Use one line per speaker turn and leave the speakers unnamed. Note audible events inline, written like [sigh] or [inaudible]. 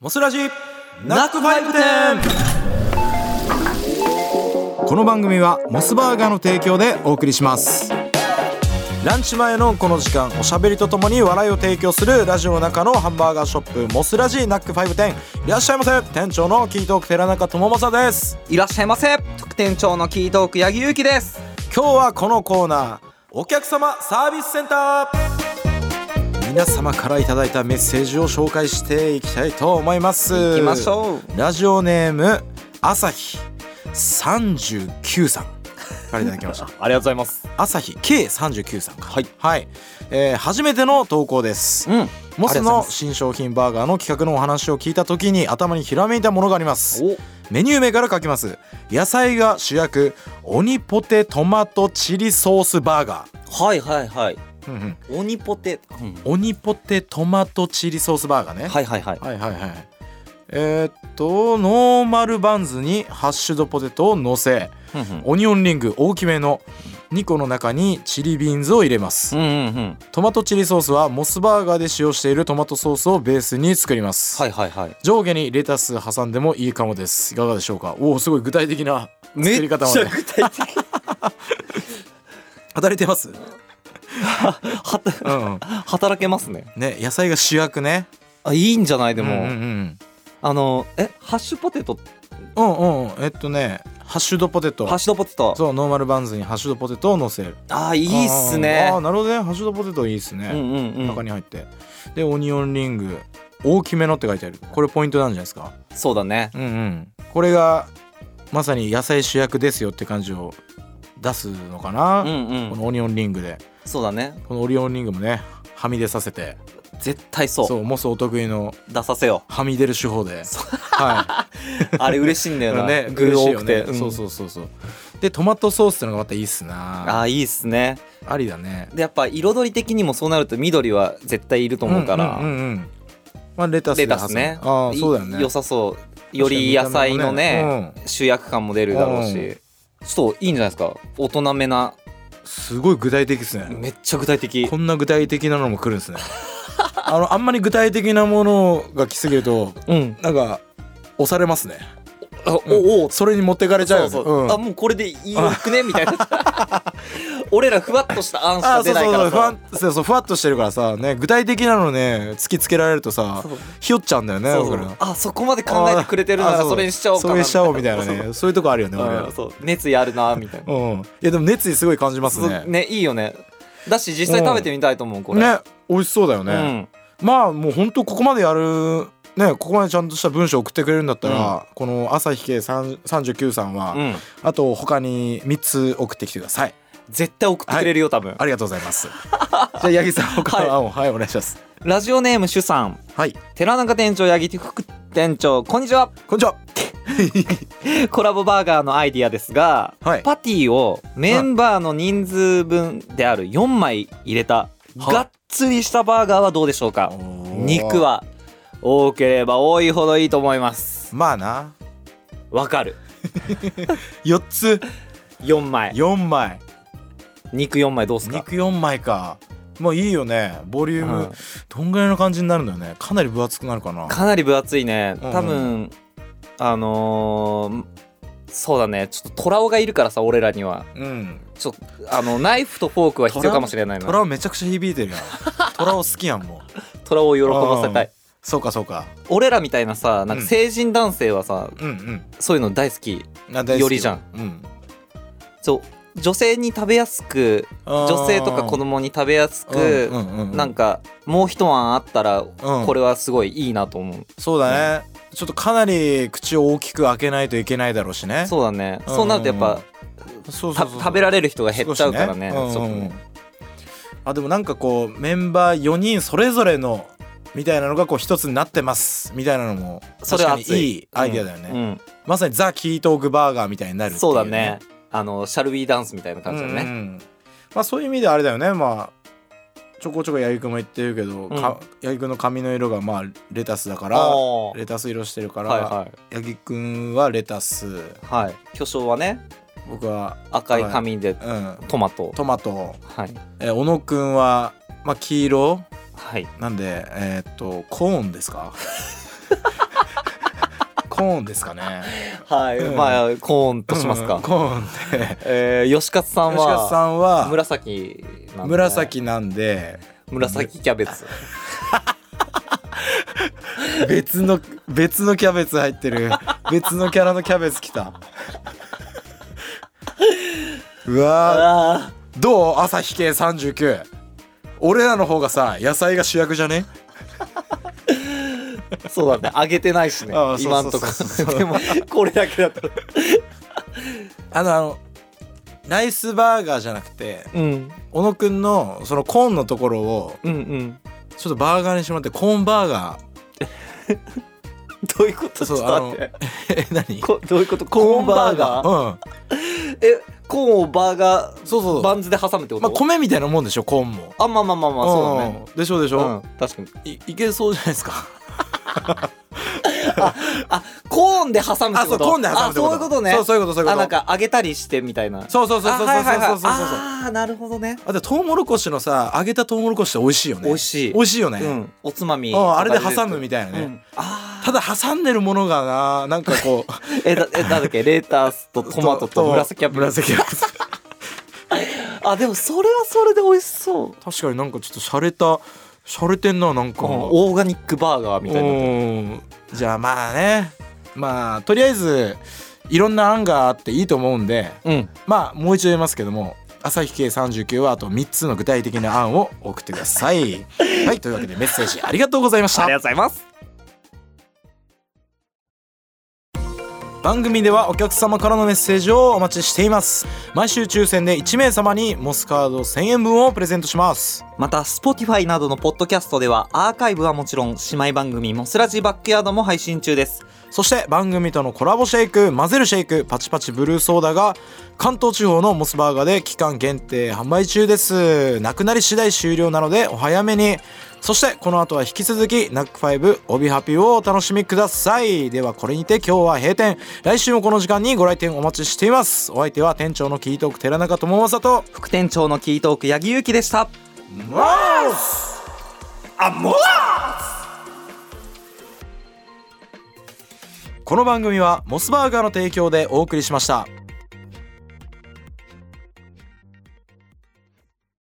モスラジナックファイブ店
この番組はモスバーガーの提供でお送りします
ランチ前のこの時間おしゃべりとともに笑いを提供するラジオの中のハンバーガーショップモスラジナックファイブ店いらっしゃいませ店長のキートーク寺中智正です
いらっしゃいませ特店長のキートーク八木ゆうきです
今日はこのコーナーお客様サービスセンター皆様からいただいたメッセージを紹介していきたいと思います
行きましょう
ラジオネーム朝日39さんからいただきました
ありがとうございます
朝日 K39 さんかはい、えー初めての投稿です、
う
モス
んありがとうござい
の
ます
新商品バーガーの企画のお話を聞いた時に頭にひらめいたものがあります
お
メニュー名から書きます野菜が主役鬼ポテトマトチリソースバーガ
はいはいはい
ー、うんうん、
鬼ポテ、
鬼ポテトマトチリソースバーガーね
はいはいはい
はいはいはいえーっとノーマルバンズにハッシュドポテトをのせ
うんうん
オニオンリング大きめの2個の中にチリビーンズを入れます、
うんうん
トマトチリソースはモスバーガーで使用しているトマトソースをベースに作ります、
はいはいはい
上下にレタス挟んでもいいかもですいかがでしょうかおおすごい具体的な作り方まで
具体的
働いてます
は [laughs]
う
た
ん
働けますね
ね野菜が主役ね
あいいんじゃないでも、
うんうん
あのえハッシュポテト
うんうんうんえっとねハッシュドポテト
ハッシュドポテト
そうノーマルバンズにハッシュドポテトをのせる
あーいいっすね
あーあーなるほどねハッシュドポテトいいっすね、
うんうんう
中
ん
に入ってでオニオンリング大きめのって書いてあるこれポイントなんじゃないですか
そうだね
うんうんこれがまさに野菜主役ですよって感じを出すのかな、
うんう
こ
ん
のオニオンリングで
そうだね
このオニオンリングもねはみ出させて
絶対そう
そうモスお得意の
出させよ
はみ出る手法では
うあれ嬉しいん [laughs] だ
い
よな、
ね
具
嬉しい
多
よ
く
ね
て、うん
そうそうそうそうでトマトソースってのがまたいいっすな
あ
あ
ーいいっすね
りだね
でやっぱ彩り的にもそうなると緑は絶対いると思うから、
うんうんうんうんまあレタス
レタスね
ああそうだよ
い
ね
良さそうより野菜のね主役感も出るだろうし、
うん
ちょっといいんじゃないですか大人めな
すごい具体的ですね
めっちゃ具体的
こんな具体的なのも来るんですね [laughs] あのあんまり具体的なものが来すぎると
うん
なんか押されますね
あおお
それに持ってかれちゃう
そ
よ
う
ね
そう、
うん
あもうこれでいいよくねみたいな俺らふわっとした案し
あ
か
そ
出
う
ない
そう
か
そう
ら
ふわんそうそうふわっとしてるからさね具体的なのね突きつけられるとさ
そう
ひよっちゃうんだよね
そうそう
僕ら
あそこまで考えてくれてるな
あ
ら
そう
それにしちゃおうかな
それにしちゃおうみたいなねそういうとこあるよね
[laughs] そう
俺ら
うんそう熱意あるなみたいな
うんいやでも熱意すごい感じます
そう
ね
ねいいよねだし実際食べてみたいと思うこれ
ね美味しそうだよ
う
ね
ん
まあもうほんとここまでやるねここまでちゃんとした文章送ってくれるんだったらこの朝日系3 39さんは
うん
あと他に3つ送ってきてください。
絶対送ってくれるよ多分
ありがとうござい [laughs] ます。じゃあ八木さん他の案をはい、お願いします。
ラジオネーム主さん
はい
寺中店長八木副店長こんにちは
こんにちは。
コラボバーガーのアイディアですが、
はい
パティをメンバーの人数分である4枚入れた、
はい
がっつりしたバーガーはどうでしょうか
おー
肉は多ければ多いほどいいと思います
まあな
わかる
4つ
4枚
4枚
肉4枚どうすか
肉4枚か。もういいよねボリューム、
うん
どんぐらいの感じになるんだよねかなり分厚くなるかな
かなり分厚いね
うん
多分、あのーそうだねちょっとトラオがいるからさ俺らには
うん
ちょっとあのナイフとフォークは必要かもしれないな
トラをめちゃくちゃ響いてるやんトラを好きやんもう
トラを喜ばせたい
そうかそうか
俺らみたいなさなん
うん
か成人男性はさ、
うん
そういうの大好き
うんあ大好き
よりじゃん
うん
そう女性に食べやすく女性とか子
供
供に食べやすく、なんかもう一晩あったら
ん
これはすごいいいなと思う、
そうだね、ちょっとかなり口を大きく開けないといけないだろうしね
そうだね、
うん
そうなるとやっぱ
そう
た食べられる人が減っちゃうからね
少し
ちょっと
うんうん
ね
あでもなんかこうメンバー4人それぞれのみたいなのがこう一つになってますみたいなのも
それ
確かに
熱い
いいアイデアだよね、
うんうん
まさにザ・キートークバーガーみたいになるってい
そうだねあのシャルビーダンスみたいな感じだ
うん
ね、
うんまあそういう意味であれだよねまあちょこちょこ八木くんも言ってるけど、
ん
か八木くんの髪の色がまあレタスだか
あ
ら
あはい
レタス色してるから、
は
八木くんはレタス
いはい巨匠はね
僕は、
赤い髪で
うん、
トマト、
トマト、
はい
えー小野くんは、まあ、黄色
はい [laughs]
なんでえーっとコーンですかコーンですかね
はい、
うん
[laughs] まあコーンとしますか、
うんコーンって
えー吉勝さん
吉川
は
さんは
紫なんで
紫なんで
紫キャベツ
別の別のキャベツ入ってる別のキャラのキャベツきたうわ
あ
ーどう朝日系39俺らの方がさ野菜が主役じゃね
ーそうだね揚げてないしね
あーそう
今
そ
ん
うそ
と
う
こ
そう
でもこれだけだと
あのあのライスバーガーじゃなくて
うん
小野くんのそのコーンのところを
うんうん
ちょっとバーガーにしてもらってコーンバーガー
どういうことち
そ
ょ
う
っと待って
[laughs] え何
こどういうことコーンバーガー
ーうん
えコーンをバーガー
そうそう
バンズで挟むってこと、
まあ米みたいなもんでしょコーンも
あまあまあまあまあそうだね、
うんでしょでし
う
ょ
ん、確かに
いいけそうじゃないですか
あコーンで挟むって
あ
こ
そう
と
コーンで挟むってこと
あそういうことね
そうそういうことそういう
あ
こ
なん
と
か揚げたりしてみたいな
そうそうそうそうそうそうそうそうそう
あーなるほどね
あとトウモロコシのさ揚げたトウモロコシって美味しいよね
美味しい
美味しいよね、
う
うん
んおつまみ
あれで挟むみ
た
たいなね、
あ
ただ挟んでるものがななんか [laughs] こう
ーえだえなんだっけレータスとトマトと紫キャベツ
紫キ [laughs] ャベツ
あでもそれはそれで美味しそう、うん
確かになんかちょっと洒落た洒落てんななんか
オーガニックバーガーみたいな
うんじゃあまあねまあとりあえずいろんな案があっていいと思うんで
うん
まあもう一度言いますけども朝日系39はあと3つの具体的な案を送ってくださ
[laughs]
いはいというわけでメッセージありがとうございまし
あ
た
りがとうございます
番組ではお客様からのメッセージをお待ちしています毎週抽選で1名様にモスカード1000円分をプレゼントします
また Spotify などのポッドキャストではアーカイブはもちろん姉妹番組「モスラジバックヤード」も配信中です
そして番組とのコラボシェイク混ぜるシェイクパチパチブルーソーダが関東地方のモスバーガーで期間限定販売中ですなくなり次第終了なのでお早めにそしてこの後は引き続きナックファイブ帯ハピをお楽しみくださいではこれにて今日は閉店来週もこの時間にご来店お待ちしていますお相手は店長のキートーク寺中智正と
副店長のキートーク八木ゆうきでした
モス
あもう
この番組はモスバーガーの提供でお送りしました